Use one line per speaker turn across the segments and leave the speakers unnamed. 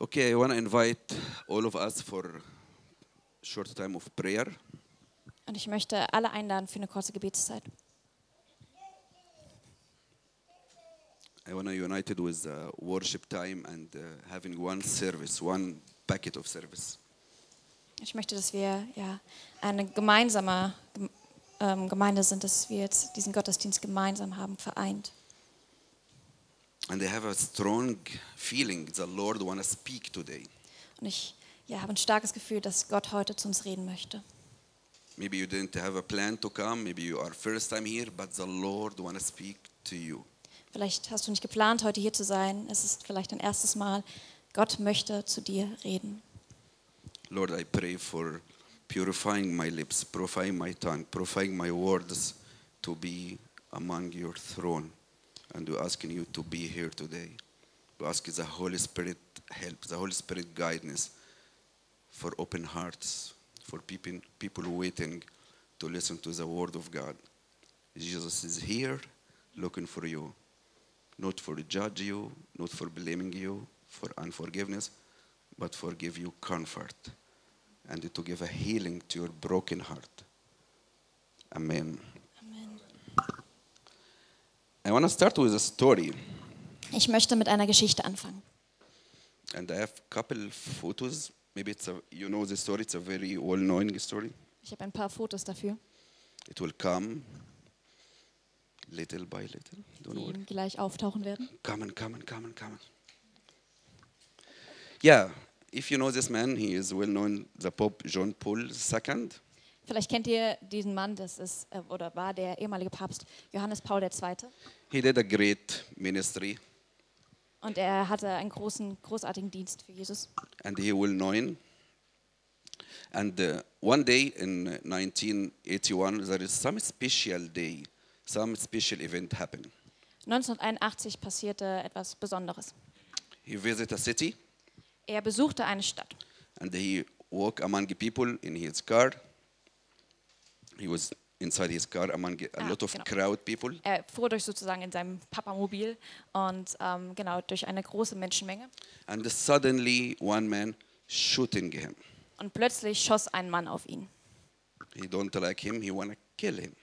Okay, I want to invite all of us for short time of prayer.
Und ich möchte alle einladen für eine kurze Gebetszeit.
I want to unite it with uh, worship time and uh, having one service, one packet of service.
Ich möchte, dass wir ja, eine gemeinsame gem- ähm, Gemeinde sind, dass wir jetzt diesen Gottesdienst gemeinsam haben, vereint.
And I have a strong feeling the Lord want to speak today.
Und ich ja, habe ein starkes Gefühl, dass Gott heute zu uns reden möchte.
Maybe you didn't have a plan to come, maybe you are first time here, but the Lord want to speak to you.
Vielleicht hast du nicht geplant, heute hier zu sein. Es ist vielleicht dein erstes Mal. Gott möchte zu dir reden.
Lord, I pray for purifying my lips, purifying my tongue, purifying my words to be among your throne. And we're asking you to be here today. We ask the Holy Spirit help, the Holy Spirit guidance for open hearts, for people, people waiting to listen to the word of God. Jesus is here looking for you, not for judge you, not for blaming you, for unforgiveness, but for give you comfort and to give a healing to your broken heart. Amen.
Amen.
I want to start with a story,
Ich möchte mit einer Geschichte anfangen.
and I have a couple photos. Maybe it's a, you know the story. It's a very well-known story.
Ich habe ein paar Fotos dafür,
It will come little by little. Don't worry.
die gleich auftauchen werden.
Come and come and come and come. Yeah, if you know this man, he is well known, the Pope John Paul II.
Vielleicht kennt ihr diesen Mann, das ist äh, oder war der ehemalige Papst Johannes Paul II.
He did a great ministry,
Und er hatte einen großen, großartigen Dienst für Jesus.
and he well known. And uh, one day in 1981, there is some special day, some special event happened.
1981 passierte etwas Besonderes.
He visited a city,
Er besuchte eine Stadt
and he walk among people in his car. He was inside his car among a
Ah,
lot of
genau.
crowd people.
Er fuhr durch sozusagen in seinem Papamobil und ähm, genau durch eine große Menschenmenge.
and suddenly one man shooting him
Und plötzlich schoss ein Mann auf ihn.
he don't like him he want to kill him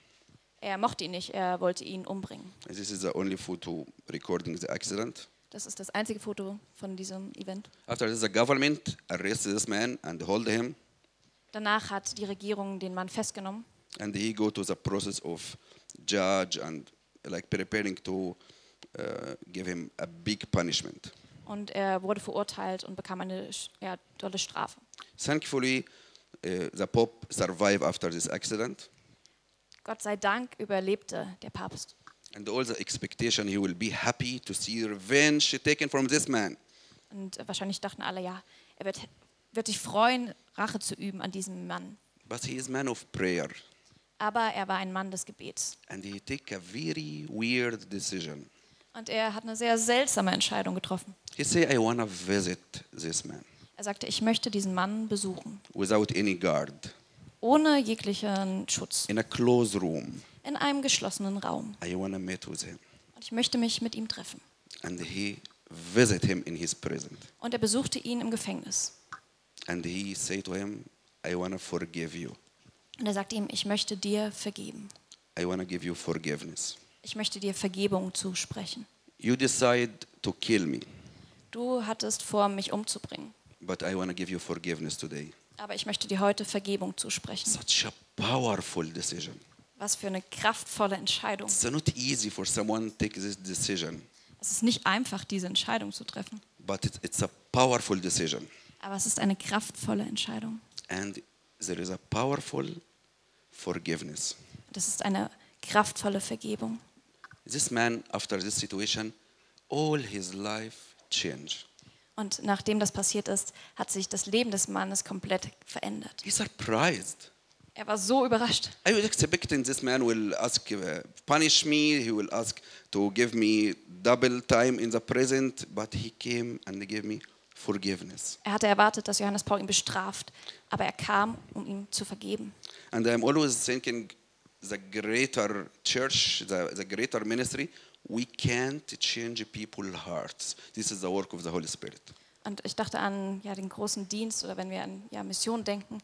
Er mochte ihn nicht, er wollte ihn umbringen.
And this is the only photo recording the accident
Das ist das einzige Foto von diesem Event.
after this the government arrested this man and hold him
Danach hat die Regierung den Mann festgenommen
and he go to the process of judge and like preparing to uh, give him a big punishment
und er wurde verurteilt und bekam eine sch- ja, tolle Strafe.
thankfully uh, the pope survived after this accident
Gott sei Dank überlebte der Papst.
and all the expectation he will be happy to see revenge taken from this man
Und wahrscheinlich dachten alle, ja, er wird, wird sich freuen, Rache zu üben an diesem Mann.
but he is man of prayer
Aber er war ein Mann des Gebets.
and he take a very weird decision.
Und er hat eine sehr seltsame Entscheidung getroffen.
He say, "I wanna visit this man
Er sagte, ich möchte diesen Mann besuchen,
without any guard
ohne jeglichen Schutz,
in a closed room.
in einem geschlossenen Raum.
I wanna meet with him."
Und ich möchte mich mit ihm treffen.
And he visit him in his prison,
Und er besuchte ihn im Gefängnis.
and he say to him, "I wanna forgive you.
Und er sagte ihm, ich möchte dir vergeben.
I wanna give you forgiveness.
Ich möchte dir Vergebung zusprechen.
You decide to kill me,
Du hattest vor, mich umzubringen.
but I wanna give you forgiveness today."
Aber ich möchte dir heute Vergebung zusprechen.
Such a powerful decision.
Was für eine kraftvolle Entscheidung.
It's not easy for someone take this decision,
Es ist nicht einfach, diese Entscheidung zu treffen,
but it- it's a powerful decision.
aber es ist eine kraftvolle Entscheidung.
and there is a powerful forgiveness.
Das ist eine kraftvolle Vergebung.
This man, after this situation, all his life changed.
Und nachdem das passiert ist, hat sich das Leben des Mannes komplett verändert.
He surprised.
Er war so überrascht.
I was expecting this man will ask, uh, punish me. He will ask to give me double time in the present, but he came and gave me forgiveness.
Er hatte erwartet, dass Johannes Paul ihn bestraft, aber er kam, um ihm zu vergeben.
And I'm always thinking, the greater church, the, the greater ministry, we can't change people's hearts. This is the work of the Holy Spirit.
Und ich dachte an ja, den großen Dienst oder wenn wir an ja, Mission denken,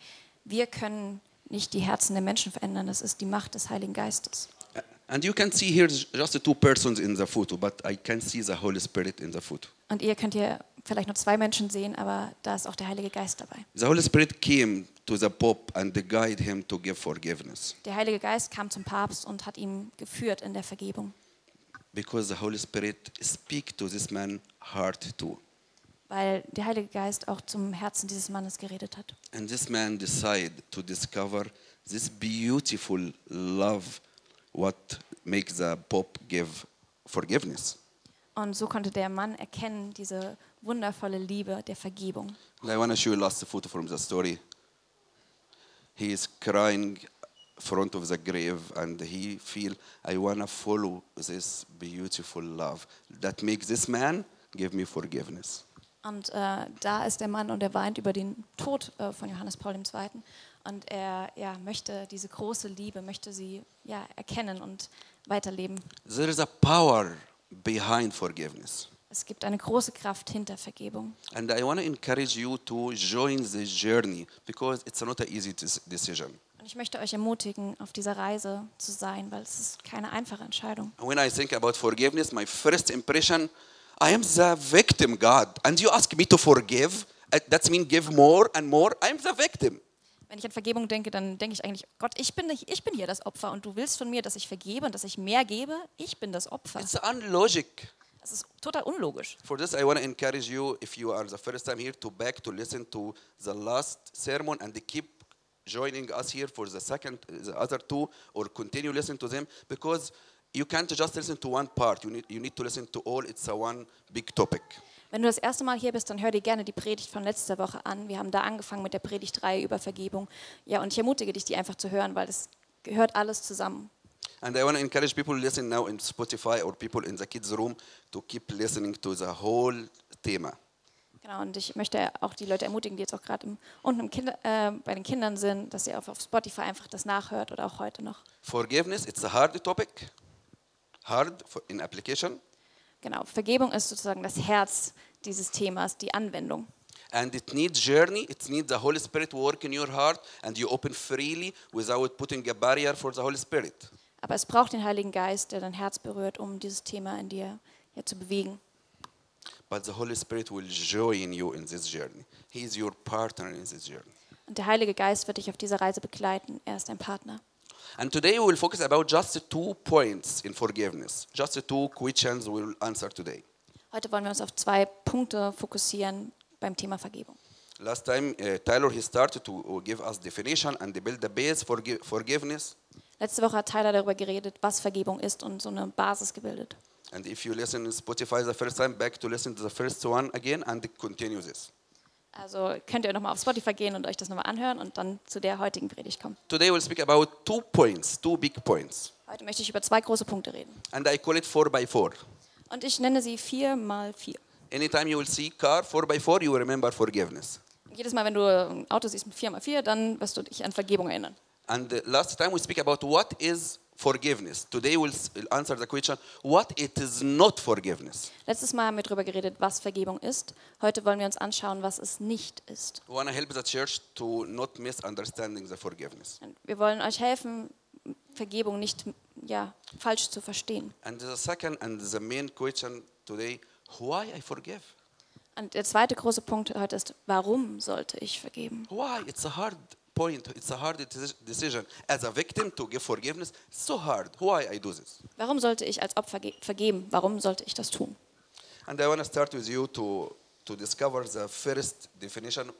wir können nicht die Herzen der Menschen verändern, das ist die Macht des Heiligen Geistes.
And you can see here just the two persons in the photo, but I can see the Holy Spirit in the photo.
Und ihr könnt hier vielleicht nur zwei Menschen sehen, aber da ist auch der Heilige Geist dabei.
The Holy Spirit came to the Pope and guided him to give forgiveness
Der Heilige Geist kam zum Papst und hat ihm geführt in der Vergebung,
because the Holy Spirit speak to this man heart too.
weil der Heilige Geist auch zum Herzen dieses Mannes geredet hat.
And this man decide to discover this beautiful love what makes the Pope give forgiveness.
Und so konnte der Mann erkennen, diese wundervolle Liebe der Vergebung.
And I want to show you last photo from the story. He is crying front of the grave and he feel I want to follow this beautiful love that makes this man give me forgiveness.
Und äh, da ist der Mann und er weint über den Tod äh, von Johannes Paul II. Und er ja, möchte diese große Liebe, möchte sie ja, erkennen und weiterleben.
There is a power behind forgiveness.
Es gibt eine große Kraft hinter Vergebung.
And I want to encourage you to join this journey because it's not an easy des- decision.
Und ich möchte euch ermutigen, auf dieser Reise zu sein, weil es ist keine einfache Entscheidung.
When I think about forgiveness, my first impression, I am the victim, God. And you ask me to forgive, Uh, that means give more and more. I'm the victim.
Wenn ich an Vergebung denke, dann denke ich eigentlich, Gott, ich bin, nicht, ich bin hier das Opfer und du willst von mir, dass ich vergebe und dass ich mehr gebe. Ich bin das Opfer.
It's unlogic.
Das ist total unlogisch.
For this, I want to encourage you, if you are the first time here, to back to listen to the last sermon and keep joining us here for the second, the other two, or continue listening to them because you can't just listen to one part. You need, you need to listen to all. It's a one big topic.
Wenn du das erste Mal hier bist, dann hör dir gerne die Predigt von letzter Woche an. Wir haben da angefangen mit der Predigtreihe über Vergebung. Ja, und ich ermutige dich, die einfach zu hören, weil es gehört alles zusammen.
And I want to encourage people listening now in Spotify or people in the kids' room to keep listening to the whole theme.
Genau, und ich möchte auch die Leute ermutigen, die jetzt auch gerade im, unten im Kinder, äh, bei den Kindern sind, dass ihr auf, auf Spotify einfach das nachhört oder auch heute noch.
Forgiveness, it's a hard topic, hard for, in application.
Genau, Vergebung ist sozusagen das Herz dieses Themas, die Anwendung.
and it needs journey it needs the holy spirit work in your heart and you open freely without putting a barrier for the holy spirit
Aber es braucht den Heiligen Geist, der dein Herz berührt, um dieses Thema in dir ja, zu bewegen.
but the holy spirit will join you in this journey he is your partner in this journey
Und der Heilige Geist wird dich auf dieser Reise begleiten. Er ist dein Partner.
and today we will focus about just the two points in forgiveness just the two questions we will answer today
Heute wollen wir uns auf zwei Punkte fokussieren beim Thema Vergebung.
last time uh, tyler he started to uh, give us definition and build the base for gi- forgiveness
Letzte Woche hat Tyler darüber geredet, was Vergebung ist und so eine Basis gebildet.
and if you listen in spotify the first time back to listen to the first one again and continue this
Also könnt ihr nochmal auf Spotify gehen und euch das nochmal anhören und dann zu der heutigen Predigt kommen.
Today we'll speak about two points, two big points.
Heute möchte ich über zwei große Punkte reden.
And I call it 4 by 4
Und ich nenne sie vier mal vier.
Anytime you will see car 4 by 4 you will remember forgiveness.
Jedes Mal, wenn du ein Auto siehst mit vier mal vier, dann wirst du dich an Vergebung erinnern.
And the last time we speak about what is forgiveness. Today we'll s- we'll answer the question what it is not forgiveness.
Letztes Mal haben wir darüber geredet, was Vergebung ist. Heute wollen wir uns anschauen, was es nicht ist.
We want to help the church to not misunderstanding the forgiveness.
Und wir wollen euch helfen, Vergebung nicht ja, falsch zu verstehen.
And the second and the main question today why I forgive?
Und der zweite große Punkt heute ist, warum sollte ich vergeben?
Why? It's a hard point. It's a hard deci- decision. As a victim to give forgiveness, it's so hard. Why I do this?
Warum sollte ich als Opfer ge- vergeben? Warum sollte ich das tun?
And I want to start with you to, to discover the first definition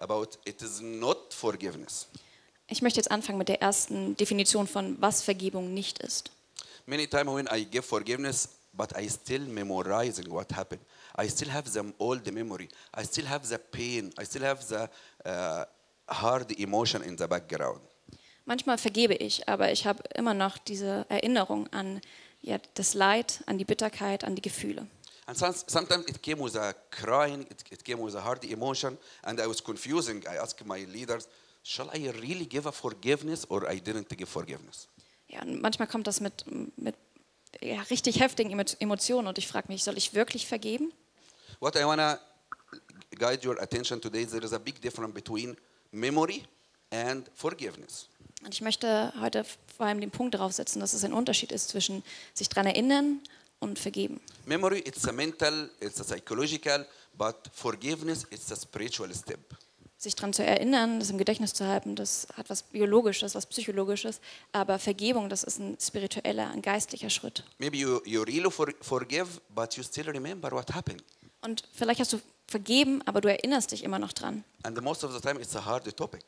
about it is not forgiveness.
Ich möchte jetzt anfangen mit der ersten Definition von, was Vergebung nicht ist.
Many times when I give forgiveness, but I still memorizing what happened. I still have them all the memory. I still have the pain. I still have the uh, hard emotion in the background.
Manchmal vergebe ich, aber ich habe immer noch diese Erinnerung an ja, das Leid, an die Bitterkeit, an die Gefühle.
And some, sometimes it came with a crying, it, it came with a hard emotion, and I was confusing. I asked my leaders, shall I really give a forgiveness or I didn't give forgiveness?
Ja, und manchmal kommt das mit, mit ja, richtig heftigen Emo- Emotionen und ich frage mich, soll ich wirklich vergeben?
What I want to guide your attention today, there is a big difference between memory and forgiveness.
Und ich möchte heute vor allem den Punkt darauf setzen, dass es ein Unterschied ist zwischen sich daran erinnern und vergeben.
Memory, it's a mental, it's a psychological, but forgiveness, it's a spiritual step.
Sich daran zu erinnern, das im Gedächtnis zu halten, das hat was Biologisches, was Psychologisches, aber Vergebung, das ist ein spiritueller, ein geistlicher Schritt.
Maybe you, you really for, forgive, but you still remember what happened.
Und vielleicht hast du vergeben, aber du erinnerst dich immer noch dran.
And most of the time, it's a hard topic.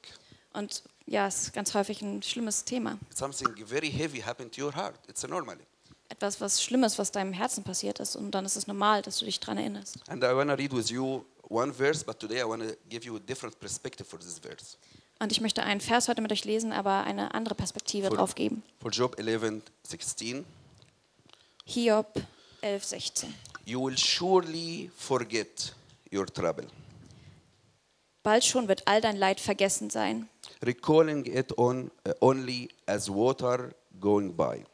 Und ja, es ist ganz häufig ein schlimmes Thema.
Something very heavy happened to your heart. It's normally.
Etwas, was Schlimmes, was deinem Herzen passiert ist. Und dann ist es normal, dass du dich daran erinnerst.
And I want to read with you one verse, but today I want to give you a different perspective for this verse.
Und ich möchte einen Vers heute mit euch lesen, aber eine andere Perspektive
For,
drauf geben.
for Job 11, 16,
Hiob 11, 16.
you will surely forget your trouble,
Bald schon wird all dein Leid vergessen sein.
recalling it on, uh, only as water going by.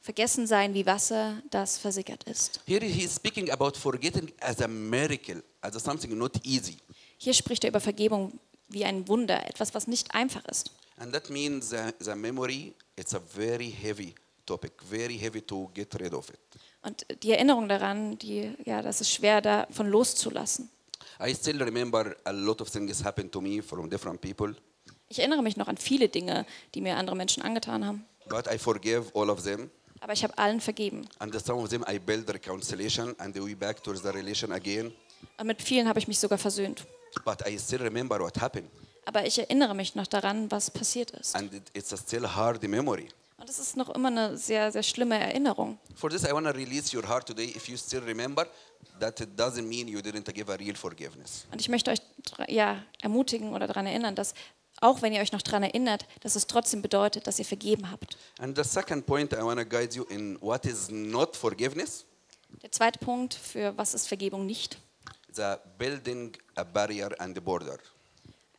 Vergessen sein wie Wasser, das versickert ist.
Here he is speaking about forgetting as a miracle, as a something not easy.
Hier spricht er über Vergebung wie ein Wunder, etwas, was nicht einfach ist.
And that means the, the memory, it's a very heavy topic, very heavy to get rid of it.
Und die Erinnerung daran, die, ja, das ist schwer davon loszulassen.
I still remember a lot of things happened to me from different people,
Ich erinnere mich noch an viele Dinge, die mir andere Menschen angetan haben.
but I forgive all of them.
Aber ich habe allen vergeben.
And some of them I build reconciliation and we back towards the relation again.
Und mit vielen habe ich mich sogar versöhnt.
But I still remember what happened.
Aber ich erinnere mich noch daran, was passiert ist.
And it, it's a still hard memory.
Und es ist noch immer eine sehr, sehr schlimme Erinnerung.
For this, I want to release your heart today. If you still remember, that it doesn't mean you didn't give a real forgiveness.
Und ich möchte euch dra- ja, ermutigen oder daran erinnern, dass auch wenn ihr euch noch daran erinnert, dass es trotzdem bedeutet, dass ihr vergeben habt.
And the second point, I want to guide you in what is not forgiveness.
Der zweite Punkt für was ist Vergebung nicht,
the building a barrier and a border.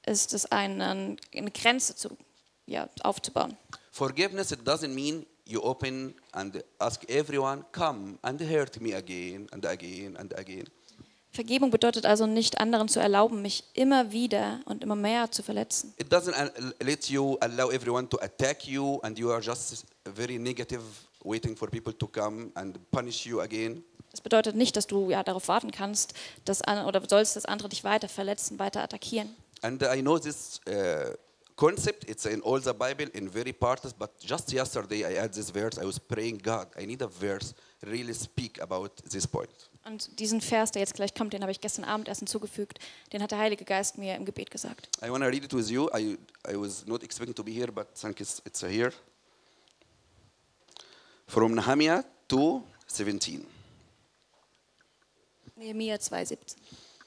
ist es, einen, eine Grenze zu, ja, aufzubauen.
Forgiveness, it doesn't mean you open and ask everyone, come and hurt me again and again and again.
Vergebung bedeutet also nicht, anderen zu erlauben, mich immer wieder und immer mehr zu verletzen.
It doesn't al- let you allow everyone to attack you and you are just very negative, waiting for people to come and punish you again.
Das bedeutet nicht, dass du ja, darauf warten kannst dass, an- oder sollst, dass andere dich weiter verletzen, weiter attackieren.
And I know this uh, concept, it's in all the Bible, in very parts, but just yesterday I had this verse, I was praying, God, I need a verse really speak about this point.
Und diesen Vers, der jetzt gleich kommt, den habe ich gestern Abend erst hinzugefügt, den hat der Heilige Geist mir im Gebet gesagt.
I want to read it with you. I, I was not expecting to be here, but thank it's, it's here. From Nehemiah 2 17.
Nehemiah 2,17.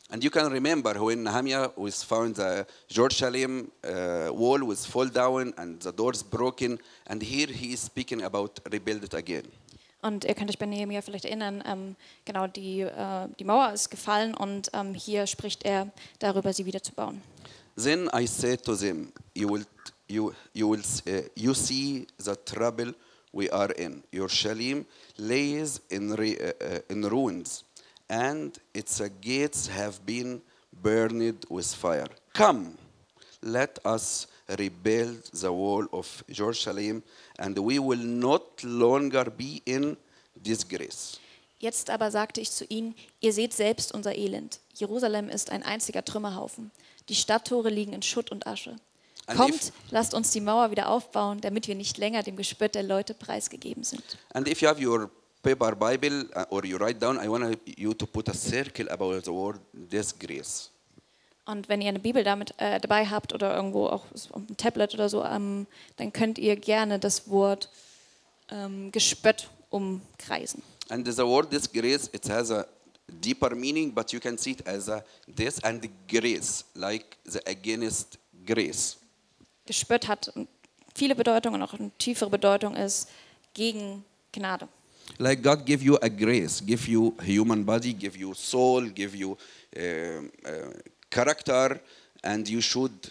And you can remember when Nehemiah was found, the Jerusalem uh, wall was fall down and the doors broken. And here he is speaking about rebuild it again.
Und ihr könnt euch bei Nehemiah vielleicht erinnern, ähm, genau, die, äh, die Mauer ist gefallen und ähm, hier spricht er darüber, sie wieder zu bauen.
Then I said to them, "You will, you, you will, s- uh, you see the trouble we are in. Your Shalim lays in, re, uh, uh, in ruins, and its uh, gates have been burned with fire. Come, let us rebuild the wall of Jerusalem, and we will not longer be in disgrace."
Jetzt aber sagte ich zu ihnen, ihr seht selbst unser Elend. Jerusalem ist ein einziger Trümmerhaufen. Die Stadttore liegen in Schutt und Asche.
Ein
Kommt,
Lief-
lasst uns die Mauer wieder aufbauen, damit wir nicht länger dem Gespött der Leute preisgegeben sind.
And if you have your paper Bible uh, or you write down, I want you to put a circle about the word disgrace.
Und wenn ihr eine Bibel damit äh, dabei habt oder irgendwo auch so auf dem Tablet oder so, ähm, dann könnt ihr gerne das Wort ähm, Gespött umkreisen.
And the word disgrace, it has a deeper meaning, but you can see it as a this and grace, like the against grace.
Gespött hat viele Bedeutungen und auch eine tiefere Bedeutung ist gegen Gnade.
Like God give you a grace, give you human body, give you soul, give you um, uh, character, and you should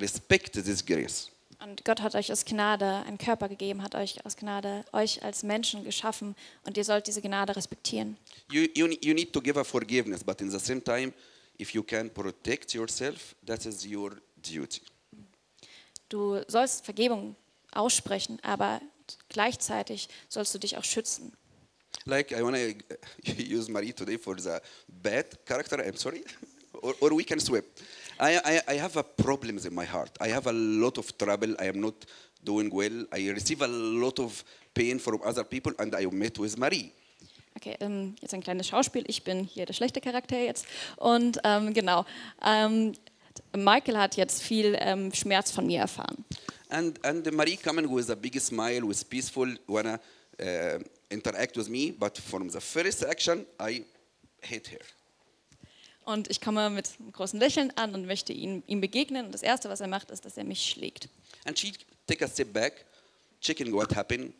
respect this grace.
Und Gott hat euch aus Gnade einen Körper gegeben, hat euch aus Gnade euch als Menschen geschaffen und ihr sollt diese Gnade respektieren.
you, you, ne- you need to give a forgiveness, but in the same time, If you can protect yourself, that is your duty.
Du sollst Vergebung aussprechen, aber gleichzeitig sollst du dich auch schützen.
Like I want to use Marie today for the bad character. I'm sorry, or, or we can swap. I, I I have a problems in my heart. I have a lot of trouble. I am not doing well. I receive a lot of pain from other people, and I met with Marie.
Okay, ähm, jetzt ein kleines Schauspiel. Ich bin hier der schlechte Charakter jetzt. Und ähm, genau, ähm, Michael hat jetzt viel ähm, Schmerz von mir erfahren.
And and Marie coming with a big smile, with peaceful, wanna uh, interact with me. But from the first action, I hate her.
Und ich komme mit einem großen Lächeln an und möchte ihn, ihm begegnen. Und das Erste, was er macht, ist, dass er mich schlägt.
And she take a step back, checking what happened,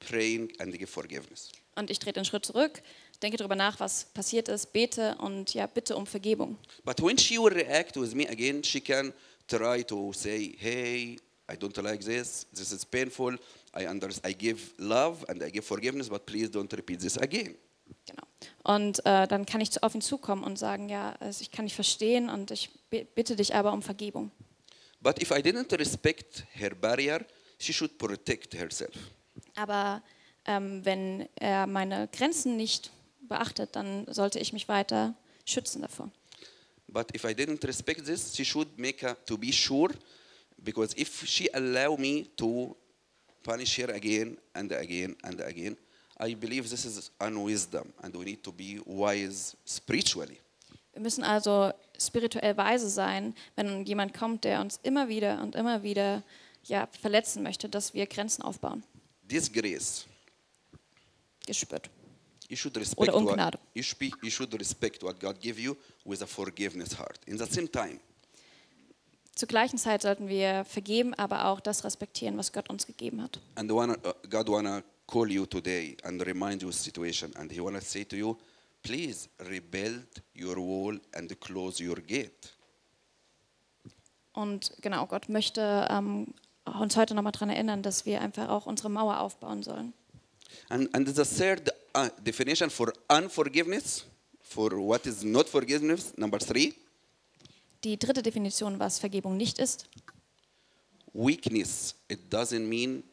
praying, and give forgiveness.
Und ich trete einen Schritt zurück, denke darüber nach, was passiert ist, bete und ja, bitte um Vergebung.
But when she will react with me again, she can try to say, "Hey, I don't like this. This is painful. I under I give love and I give forgiveness, but please don't repeat this again."
Genau. Und äh, dann kann ich zu- auf ihn zukommen und sagen, ja, also ich kann dich verstehen und ich bi- bitte dich aber um Vergebung.
But if I didn't respect her barrier, she should protect herself.
Aber ähm, wenn er meine Grenzen nicht beachtet, dann sollte ich mich weiter schützen davor.
But if I didn't respect this, she should make a, to be sure, because if she allow me to punish her again and again and again, I believe this is unwisdom, and we need to be wise spiritually.
Wir müssen also spirituell weise sein, wenn jemand kommt, der uns immer wieder und immer wieder ja, verletzen möchte, dass wir Grenzen aufbauen.
This grace,
Gespürt.
you should respect what,
Ungnade.
you, should be, you should respect what God give you with a forgiveness heart. In the same time,
Zur gleichen Zeit sollten wir vergeben, aber auch das respektieren, was Gott uns gegeben hat.
and wanna, uh, God wanna call you today and remind you of situation, and He wanna say to you, please rebuild your wall and close your gate.
Und genau, Gott möchte ähm, uns heute nochmal daran erinnern, dass wir einfach auch unsere Mauer aufbauen sollen.
And, and the third uh, definition for unforgiveness, for what is not forgiveness, number three,
Die dritte Definition, was Vergebung nicht ist,
weakness. It doesn't mean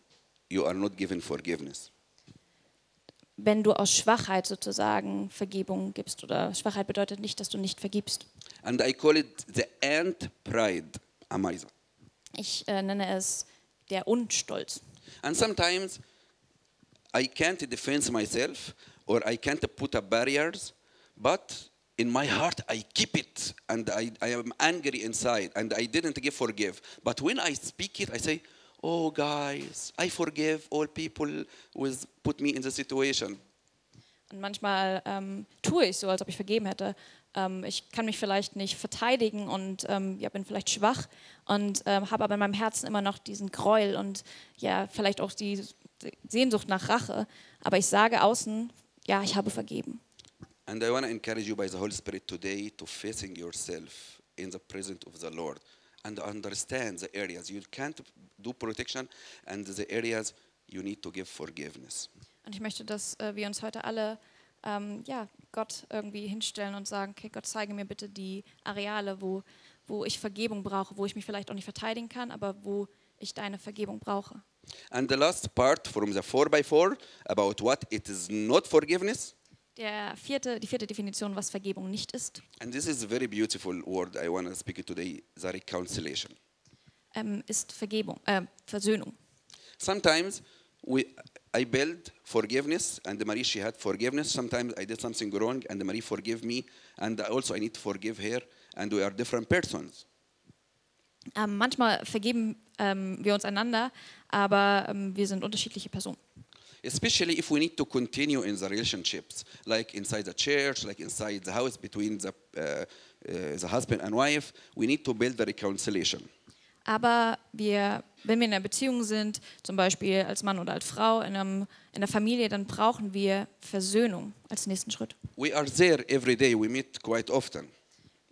you are not given forgiveness.
wenn du aus Schwachheit sozusagen Vergebung gibst oder Schwachheit bedeutet nicht, dass du nicht vergibst.
And I call it the ant pride, Amaiza.
Ich äh, nenne es der Unstolz.
And sometimes I can't defend myself or I can't put up barriers, but in my heart I keep it and I, I am angry inside and I didn't give forgive. But when I speak it, I say, Oh guys, I forgive all people who put me in the situation.
Und manchmal ähm, tue ich so, als ob ich vergeben hätte. Ähm, ich kann mich vielleicht nicht verteidigen und ähm, ja, bin vielleicht schwach und ähm, habe aber in meinem Herzen immer noch diesen Gräuel und ja, vielleicht auch die Sehnsucht nach Rache. Aber ich sage außen, ja, ich habe vergeben.
And I want to encourage you by the Holy Spirit today to facing yourself in the presence of the Lord and understand the areas you can't do protection and the areas you need to give forgiveness.
Und ich möchte, dass äh, wir uns heute alle ähm, ja, Gott irgendwie hinstellen und sagen, okay, Gott, zeige mir bitte die Areale, wo, wo ich Vergebung brauche, wo ich mich vielleicht auch nicht verteidigen kann, aber wo ich deine Vergebung brauche.
And the last part from the 4x4 about what it is not forgiveness.
Der vierte, die vierte Definition, was Vergebung nicht ist.
And this is a very beautiful word I want to speak it today, the reconciliation.
ähm, ist Vergebung, äh, Versöhnung.
Sometimes we, I build forgiveness, and Marie, she had forgiveness. Sometimes I did something wrong, and Marie forgive me, and also I need to forgive her, and we are different persons.
Ähm, manchmal vergeben ähm, wir uns einander, aber ähm, wir sind unterschiedliche Personen.
especially if we need to continue in the relationships, like inside the church, like inside the house between the, uh, uh, the husband and wife, we need to build the reconciliation.
Aber wir, wenn wir in einer Beziehung sind, zum Beispiel als Mann oder als Frau in, einem, in der Familie, dann brauchen wir Versöhnung als nächsten Schritt,
We are there every day, we meet quite often.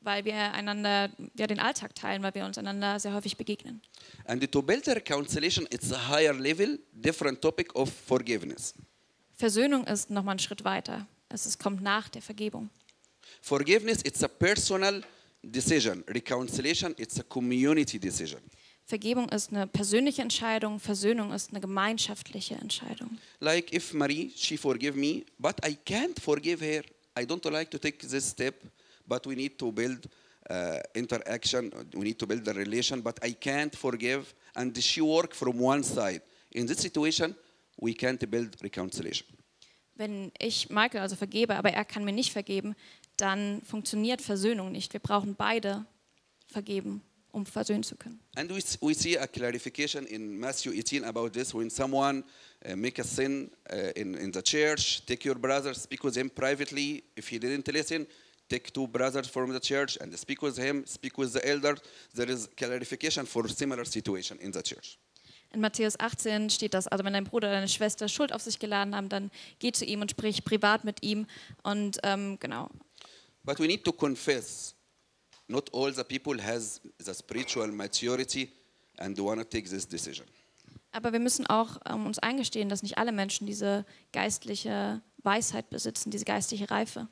weil wir einander ja den Alltag teilen, weil wir uns einander sehr häufig begegnen.
And to build the reconciliation, it's a higher level, different topic of forgiveness.
Versöhnung ist nochmal einen Schritt weiter. Es ist, kommt nach der Vergebung.
Forgiveness, it's a personal decision. Reconciliation, it's a community decision.
Vergebung ist eine persönliche Entscheidung, Versöhnung ist eine gemeinschaftliche Entscheidung.
Like if Marie, she forgive me, but I can't forgive her. I don't like to take this step, but we need to build uh, interaction. We need to build a relation, but I can't forgive. And she work from one side. In this situation, we can't build reconciliation.
Wenn ich Michael also vergebe, aber er kann mir nicht vergeben, dann funktioniert Versöhnung nicht. Wir brauchen beide vergeben, um versöhnen zu können.
And we, s- we see a clarification in Matthew 18 about this when someone uh, make a sin uh, in, in the church, take your brother, speak with him privately. If he didn't listen, take two brothers from the church and speak with him, speak with the elder. There is clarification for similar situation in the church.
In Matthäus 18 steht das, also wenn dein Bruder oder deine Schwester Schuld auf sich geladen haben, dann geh zu ihm und sprich privat mit ihm. Und ähm, genau,
But we need to confess, not all the people has the spiritual maturity and want to take this decision.
aber wir müssen auch ähm, uns eingestehen, dass nicht alle Menschen diese geistliche Weisheit besitzen, diese geistliche Reife.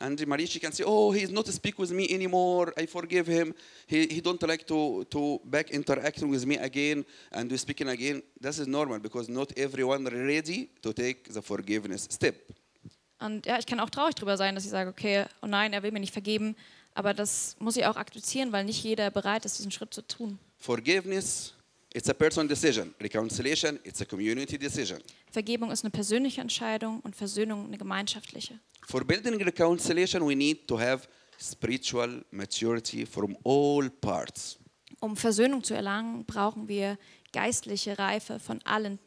And Maria, she can say, "Oh, he's not speak with me anymore. I forgive him. He, he don't like to to back interacting with me again and we speaking again." This is normal because not everyone ready to take the forgiveness step.
Und ja, ich kann auch traurig drüber sein, dass ich sage, okay, oh nein, er will mir nicht vergeben. Aber das muss ich auch akzeptieren, weil nicht jeder bereit ist, diesen Schritt zu tun.
Forgiveness, it's a personal decision. Reconciliation, it's a community decision.
Vergebung ist eine persönliche Entscheidung und Versöhnung eine gemeinschaftliche.
For building reconciliation, we need to have spiritual maturity from all parts.
Um Versöhnung zu erlangen, brauchen wir geistliche Reife von allen,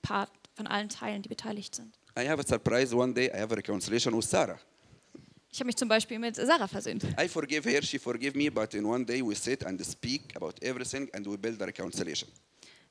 Part, von allen Teilen, die beteiligt sind.
I have a surprise one day. I have a reconciliation with Sarah.
Ich habe mich zum Beispiel mit Sarah versöhnt.
I forgive her, she forgive me, but in one day we sit and speak about everything and we build a reconciliation.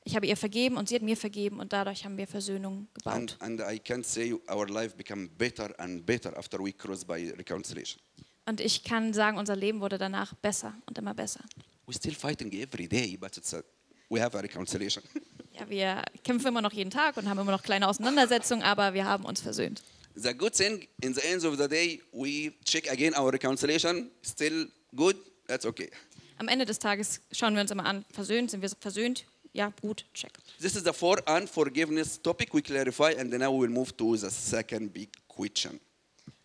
Ich habe ihr vergeben und sie hat mir vergeben und dadurch haben wir Versöhnung
And,
gebaut.
and I can say our life become better and better after we cross by reconciliation.
Und ich kann sagen, unser Leben wurde danach besser und immer besser.
We're still fighting every day, but it's a, we have a reconciliation.
Ja, wir kämpfen immer noch jeden Tag und haben immer noch kleine Auseinandersetzungen, aber wir haben uns versöhnt.
the good thing, in the end of the day, we check again our reconciliation, still good, that's okay.
Am Ende des Tages schauen wir uns immer an, versöhnt, sind wir versöhnt? Ja, gut, check.
This is the four unforgiveness topic we clarify, and then now we will move to the second big question.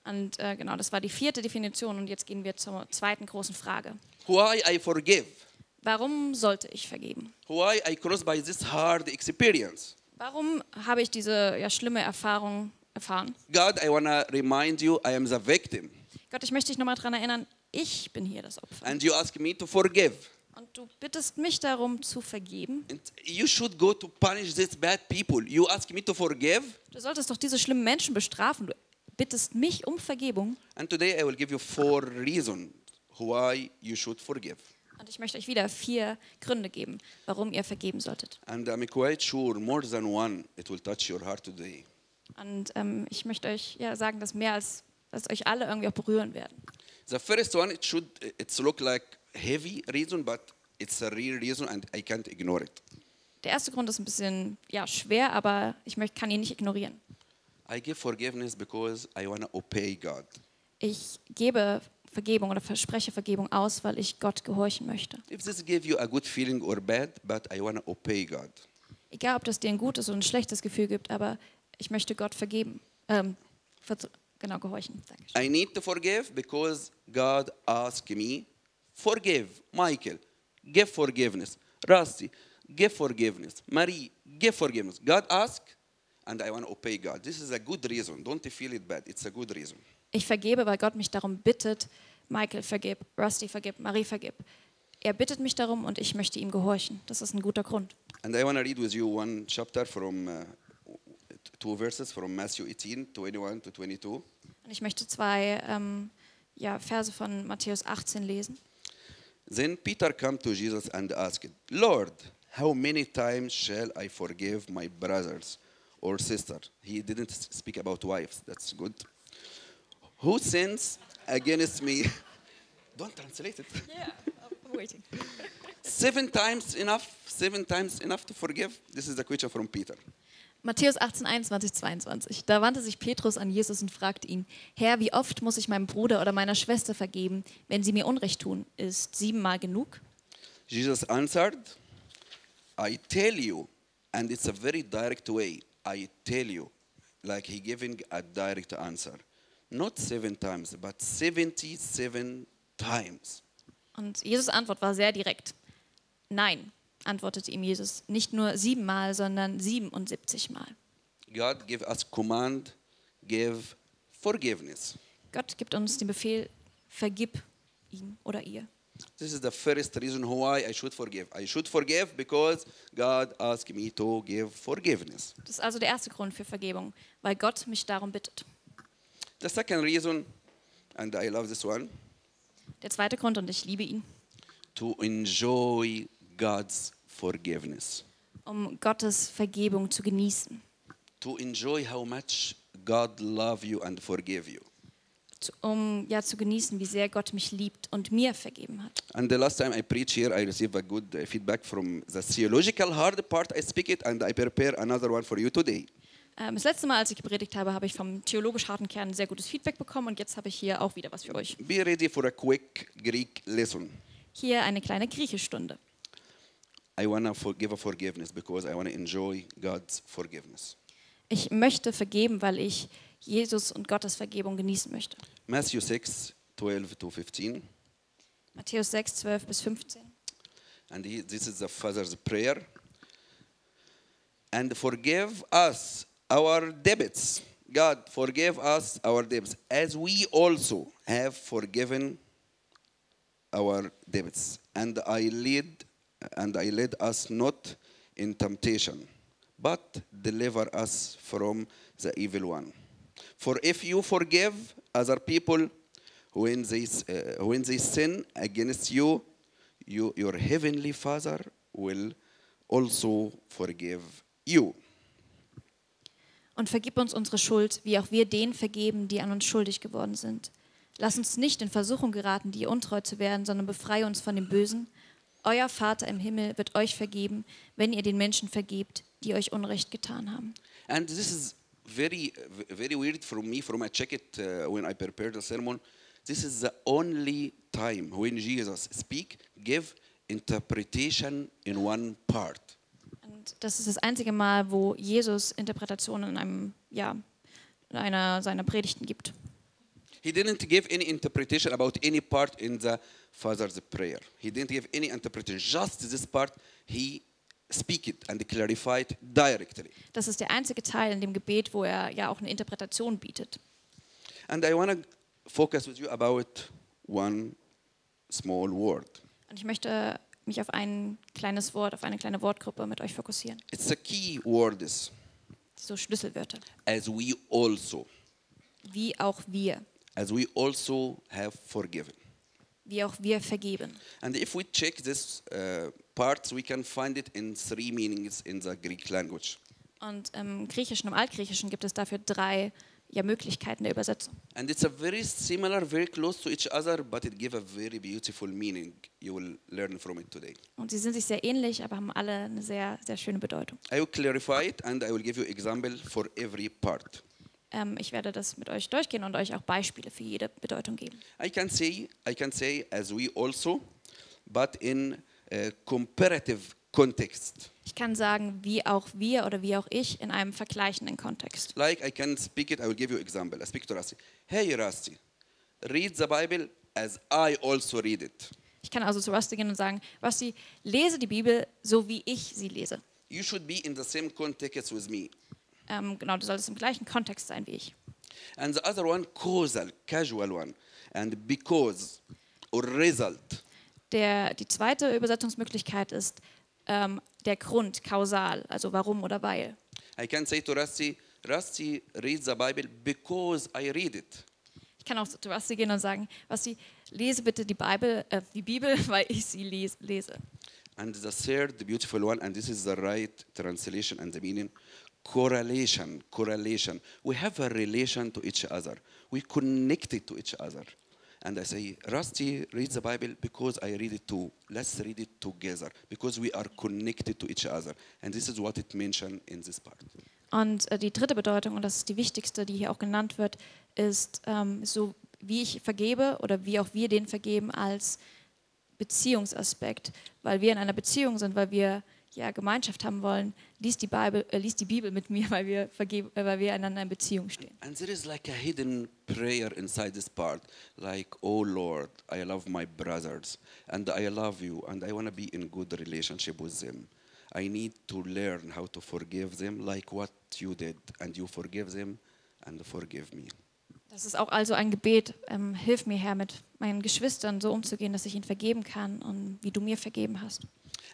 Und äh, genau, das war die vierte Definition und jetzt gehen wir zur zweiten großen Frage.
Why I forgive?
Warum sollte ich vergeben?
Why I cross by this hard experience?
Warum habe ich diese ja, schlimme Erfahrung erfahren?
God, I want to remind you, I am the victim.
Gott, ich möchte dich nochmal daran erinnern, ich bin hier das Opfer.
And you ask me to forgive.
Und du bittest mich darum zu vergeben.
And you should go to punish these bad people. You ask me to forgive.
Du solltest doch diese schlimmen Menschen bestrafen. Du bittest mich um Vergebung.
And today I will give you four reasons why you should forgive.
Und ich möchte euch wieder vier Gründe geben, warum ihr vergeben solltet.
And I'm quite sure more than one, it will touch your heart today.
Und ähm, ich möchte euch ja, sagen, dass mehr als dass euch alle irgendwie auch berühren werden.
The first one, it should, it's look like heavy reason, but it's a real reason and I can't ignore it.
Der erste Grund ist ein bisschen ja, schwer, aber ich möcht, kann ihn nicht ignorieren.
I give forgiveness because I want to obey God.
Ich gebe Vergebung oder verspreche Vergebung aus, weil ich Gott gehorchen möchte.
If this give you a good feeling or bad, but I want to obey God.
Egal, ob das dir ein gutes oder ein schlechtes Gefühl gibt, aber ich möchte Gott vergeben. Ähm, verz- genau, gehorchen. Dankeschön.
I need to forgive because God asked me, forgive Michael, give forgiveness. Rusty, give forgiveness. Marie, give forgiveness. God asked, and I want to obey God. This is a good reason. Don't feel it bad. It's a good reason.
Ich vergebe, weil Gott mich darum bittet. Michael vergib, Rusty vergib, Marie vergib. Er bittet mich darum und ich möchte ihm gehorchen. Das ist ein guter Grund.
And I want to read with you one chapter from uh, two verses from Matthew 18, 21 to 22.
Und ich möchte zwei ähm, ja, Verse von Matthäus 18 lesen.
Then Peter came to Jesus and asked, Lord, how many times shall I forgive my brothers or sister? He didn't s- speak about wives. That's good. Who sins against me? Don't translate it. Seven times enough? Seven times enough to forgive? This is the question from Peter.
Matthäus 18, 21, 22. Da wandte sich Petrus an Jesus und fragte ihn, Herr, wie oft muss ich meinem Bruder oder meiner Schwester vergeben, wenn sie mir Unrecht tun? Ist siebenmal genug?
Jesus answered, I tell you, and it's a very direct way, I tell you, like he giving a direct answer. Not seven times, but 77 times.
Und Jesus' Antwort war sehr direkt. Nein, antwortete ihm Jesus. Nicht nur siebenmal, sondern 77 Mal.
God give us command, give forgiveness.
Gott gibt uns den Befehl, vergib ihm oder ihr.
This is the first reason why I should forgive. I should forgive because God asked me to give forgiveness.
Das ist also der erste Grund für Vergebung, weil Gott mich darum bittet.
The second reason, and I love this one,
Der zweite Grund, und ich liebe ihn,
to enjoy God's forgiveness.
um Gottes Vergebung zu genießen.
To enjoy how much God love you and forgive you.
zu- um ja zu genießen, wie sehr Gott mich liebt und mir vergeben hat.
And the last time I preach here, I received a good uh, feedback from the theological hard part. I speak it, and I prepare another one for you today.
Ähm, das letzte Mal, als ich gepredigt habe, habe ich vom theologisch harten Kern sehr gutes Feedback bekommen und jetzt habe ich hier auch wieder was für euch.
Be ready for a quick Greek lesson.
Hier eine kleine Griechischstunde.
I wanna for- give a forgiveness because I wanna enjoy God's forgiveness.
Ich möchte vergeben, weil ich Jesus und Gottes Vergebung genießen möchte.
Matthew 6, 12 to 15.
Matthäus 6, 12 bis 15.
And he, this is the Father's prayer. And forgive us our debits. God, forgive us our debits as we also have forgiven our debits. And I lead and I lead us not in temptation, but deliver us from the evil one. For if you forgive other people when they, s- uh, when they sin against you, you, your heavenly Father will also forgive you.
Und vergib uns unsere Schuld, wie auch wir denen vergeben, die an uns schuldig geworden sind. Lass uns nicht in Versuchung geraten, dir untreu zu werden, sondern befreie uns von dem Bösen. Euer Vater im Himmel wird euch vergeben, wenn ihr den Menschen vergebt, die euch Unrecht getan haben.
And this is very, very weird for me, from I check it uh, when I prepared the sermon. This is the only time when Jesus speak, give interpretation in one part.
Und das ist das einzige Mal, wo Jesus Interpretationen in einem, ja, in einer seiner Predigten gibt.
He didn't give any interpretation about any part in the Father's prayer. He didn't give any interpretation. Just this part, he speak it and clarify it directly.
Das ist der einzige Teil in dem Gebet, wo er ja auch eine Interpretation bietet.
And I want to focus with you about one small word.
Und ich möchte mich auf ein kleines Wort, auf eine kleine Wortgruppe mit euch fokussieren.
It's a key word is
so Schlüsselwörter.
as we also,
Wie auch wir.
as we also have forgiven.
Wie auch wir vergeben.
And if we check this uh, parts, we can find it in three meanings in the Greek language.
Und im Griechischen, im Altgriechischen gibt es dafür drei ja, Möglichkeiten der Übersetzung.
And it's a very similar, very close to each other, but it gives a very beautiful meaning. You will learn from it today.
Und sie sind sich sehr ähnlich, aber haben alle eine sehr, sehr schöne Bedeutung.
I will clarify it and I will give you example for every part.
Ähm, ich werde das mit euch durchgehen und euch auch Beispiele für jede Bedeutung geben.
I can say I can say as we also, but in a comparative context.
Ich kann sagen, wie auch wir oder wie auch ich in einem vergleichenden Kontext.
Like I can speak it. I will give you example. I speak to Rusty. Hey Rusty, read the Bible as I also read it.
Ich kann also zu Rusty gehen und sagen, Rusty, lese die Bibel so, wie ich sie lese.
You should be in the same context with me.
Ähm, genau, du solltest im gleichen Kontext sein wie ich.
And the other one causal, casual one, and because or result.
Der, die zweite Übersetzungsmöglichkeit ist ähm, der Grund, kausal, also warum oder weil.
I can say to Rusty, Rusty, read the Bible because I read it.
Ich kann auch zu Rusty gehen und sagen, Rusty, lese bitte die Bibel, äh, die Bibel weil ich sie les lese.
And the third beautiful one, and this is the right translation and the meaning correlation. Correlation. We have a relation to each other, we connect it to each other. And I say, Rusty reads the Bible because I read it too. Let's read it together because we are connected to each other. And this is what it mentioned in this part.
Und äh, die dritte Bedeutung, und das ist die wichtigste, die hier auch genannt wird, ist ähm, so, wie ich vergebe oder wie auch wir den vergeben als Beziehungsaspekt, weil wir in einer Beziehung sind, weil wir ja Gemeinschaft haben wollen. Lies die Bibel, äh, lies die Bibel mit mir, weil wir, vergeben, äh, weil wir einander in Beziehung stehen.
And there is like a hidden prayer inside this part, like, "Oh Lord, I love my brothers, and I love you, and I want to be in good relationship with them. I need to learn how to forgive them, like what you did, and you forgive them, and forgive me."
Das ist auch also ein Gebet. Ähm, hilf mir, Herr, mit meinen Geschwistern so umzugehen, dass ich ihnen vergeben kann und wie du mir vergeben hast.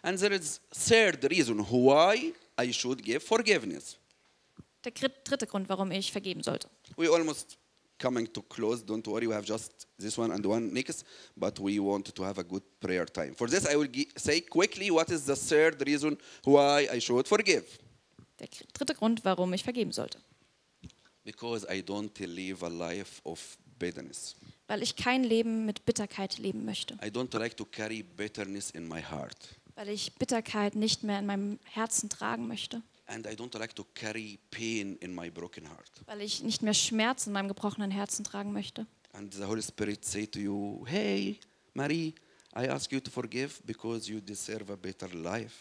And there is third reason why I should give forgiveness.
Der gri- dritte Grund, warum ich vergeben sollte.
We almost coming to close. Don't worry, we have just this one and one next, but we want to have a good prayer time. For this, I will gi- say quickly what is the third reason why I should forgive.
Der gr- dritte Grund, warum ich vergeben sollte.
Because I don't live a life of bitterness.
Weil ich kein Leben mit Bitterkeit leben möchte.
I don't like to carry bitterness in my heart.
Weil ich Bitterkeit nicht mehr in meinem Herzen tragen möchte.
And I don't like to carry pain in my broken heart.
Weil ich nicht mehr Schmerz in meinem gebrochenen Herzen tragen möchte.
And the Holy Spirit say to you, Hey, Marie, I ask you to forgive because you deserve a better life.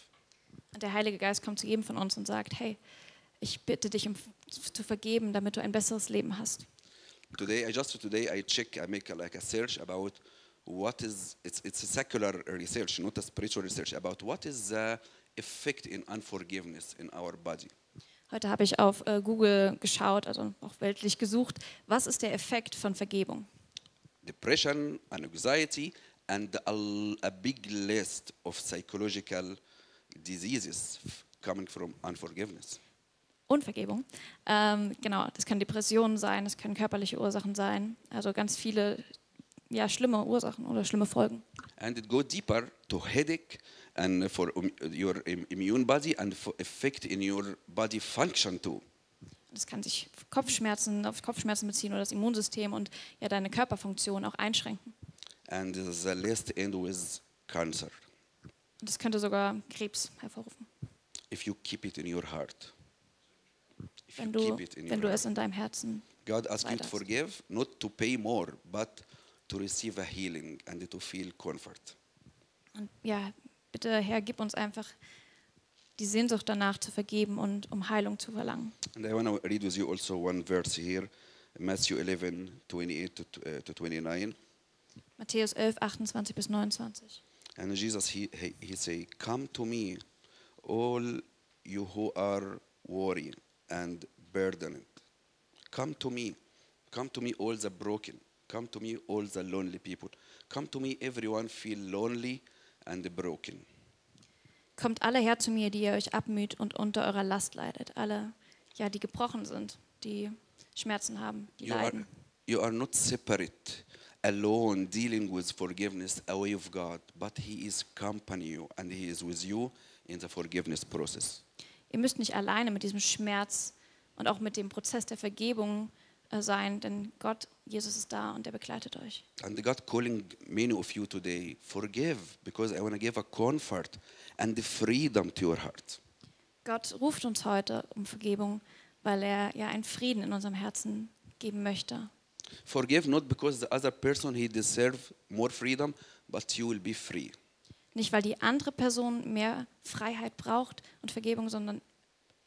Und der Heilige Geist kommt zu jedem von uns und sagt, hey, ich bitte dich, um f- zu vergeben, damit du ein besseres Leben hast.
Today, I just today I check, I make a, like a search about what is it's it's a secular research, not a spiritual research about what is the effect in unforgiveness in our body.
Heute habe ich auf äh, Google geschaut, also auch weltlich gesucht, was ist der Effekt von Vergebung?
Depression and anxiety, and a, l- a big list of psychological diseases f- coming from unforgiveness.
und Vergebung. Ähm, genau, das können Depressionen sein, das können körperliche Ursachen sein, also ganz viele ja, schlimme Ursachen oder schlimme Folgen.
and it go deeper to headache and for um, your im- immune body and for effect in your body function too
Das kann sich auf Kopfschmerzen, auf Kopfschmerzen beziehen oder das Immunsystem und ja deine Körperfunktion auch einschränken.
and the list end with cancer
Und das könnte sogar Krebs hervorrufen,
if you keep it in your heart if
wenn
you
du,
keep it in
wenn
your
du
heart
es in deinem Herzen.
god asks you to
weiterhast.
forgive not to pay more but to receive a healing and to feel comfort
Und ja, bitte Herr, gib uns einfach die Sehnsucht danach zu vergeben und um Heilung zu verlangen.
and i want to read with you also one verse here matthew 11 28 to, uh, to 29
Matthäus 11, 28 bis 29.
And Jesus, he, he, he say, come to me, all you who are worried and burdened. Come to me. Come to me, all the broken. Come to me, all the lonely people. Come to me, everyone feel lonely and broken.
Kommt alle her zu mir, die ihr euch abmüht und unter eurer Last leidet. Alle, ja, die gebrochen sind, die Schmerzen haben, die
You are,
leiden.
you are not separate, alone, dealing with forgiveness away of God, but he is company you and he is with you in the forgiveness process.
Ihr müsst nicht alleine mit diesem Schmerz und auch mit dem Prozess der Vergebung äh, sein, denn Gott, Jesus ist da und er begleitet euch.
And God calling many of you today, forgive, because I want to give a comfort and the freedom to your heart.
Gott ruft uns heute um Vergebung, weil er ja einen Frieden in unserem Herzen geben möchte.
Forgive not because the other person he deserve more freedom, but you will be free.
Nicht, weil die andere Person mehr Freiheit braucht und Vergebung, sondern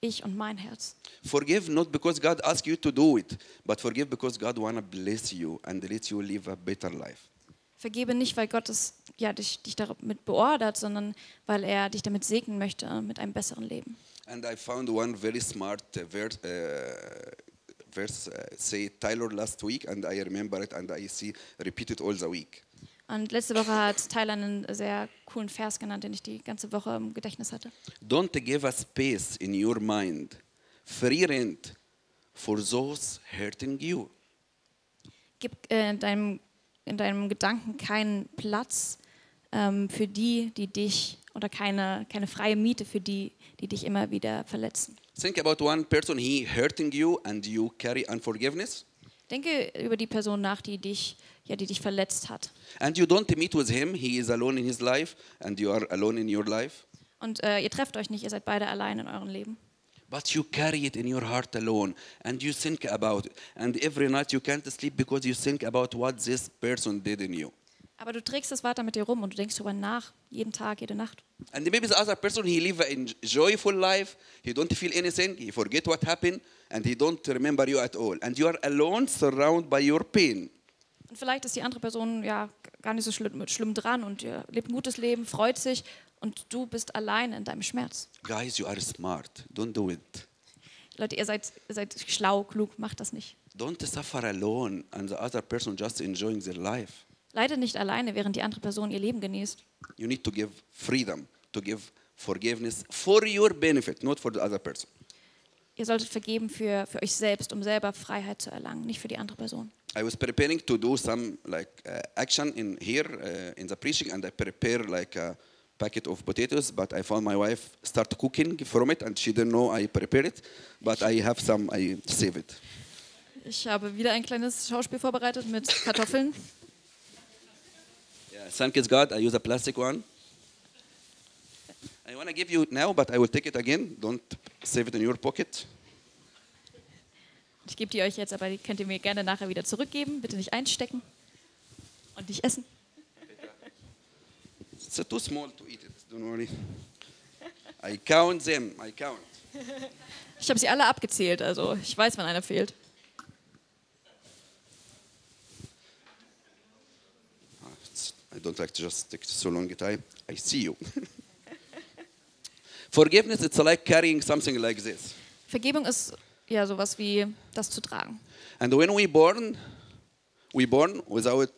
ich und mein Herz.
Forgive not because God asked you to do it, but forgive because God want to bless you and let you live a better life.
Vergebe nicht, weil Gott es, ja, dich, dich damit beordert, sondern weil er dich damit segnen möchte mit einem besseren Leben.
And I found one very smart uh, verse, uh, verse uh, say Tyler last week, and I remember it and I see repeat it all the week.
Und letzte Woche hat Tyler einen sehr coolen Vers genannt, den ich die ganze Woche im Gedächtnis hatte.
Don't give a space in your mind, free rent for those hurting you.
Gib äh, in, deinem, in deinem Gedanken keinen Platz ähm, für die, die dich oder keine, keine freie Miete für die, die dich immer wieder verletzen.
Think about one person, he hurting you and you carry unforgiveness.
Denke über die Person nach, die dich, ja, die dich verletzt hat.
And you don't meet with him, he is alone in his life and you are alone in your life.
Und äh, ihr trefft euch nicht, ihr seid beide allein in eurem Leben.
But you carry it in your heart alone and you think about it. And every night you can't sleep because you think about what this person did in you.
Aber du trägst es weiter mit dir rum und du denkst darüber nach, jeden Tag, jede Nacht.
And maybe the other person he live a en- joyful life. He don't feel anything. He forget what happened, and he don't remember you at all. And you are alone, surrounded by your pain.
Und vielleicht ist die andere Person ja gar nicht so schlimm, schlimm dran und ihr lebt ein gutes Leben, freut sich und du bist allein in deinem Schmerz.
Guys, you are smart. Don't do it.
Leute, ihr seid, ihr seid schlau, klug, macht das nicht.
Don't suffer alone, and the other person just enjoying their life.
Leidet nicht alleine, während die andere Person ihr Leben genießt.
You need to give freedom, to give forgiveness for your benefit, not for the other person.
Ihr solltet vergeben für, für euch selbst, um selber Freiheit zu erlangen, nicht für die andere Person.
I was preparing to do some like uh, action in here uh, in the preaching, and I prepared like a packet of potatoes. But I found my wife start cooking from it, and she didn't know I prepared it. But I have some, I save it.
Ich habe wieder ein kleines Schauspiel vorbereitet mit Kartoffeln.
Yeah, thank you, God. I use a plastic one. I want to give you it now, but I will take it again. Don't save it in your pocket.
Ich gebe die euch jetzt, aber die könnt ihr mir gerne nachher wieder zurückgeben. Bitte nicht einstecken und nicht essen.
It's too small to eat it. Don't worry. I count them. I count.
Ich habe sie alle abgezählt, also ich weiß, wann einer fehlt.
Ah, it's- I don't like to just take so long a time. I see you. Forgiveness, it's like carrying something like this.
Vergebung ist ja sowas wie das zu tragen.
And when we born, we born without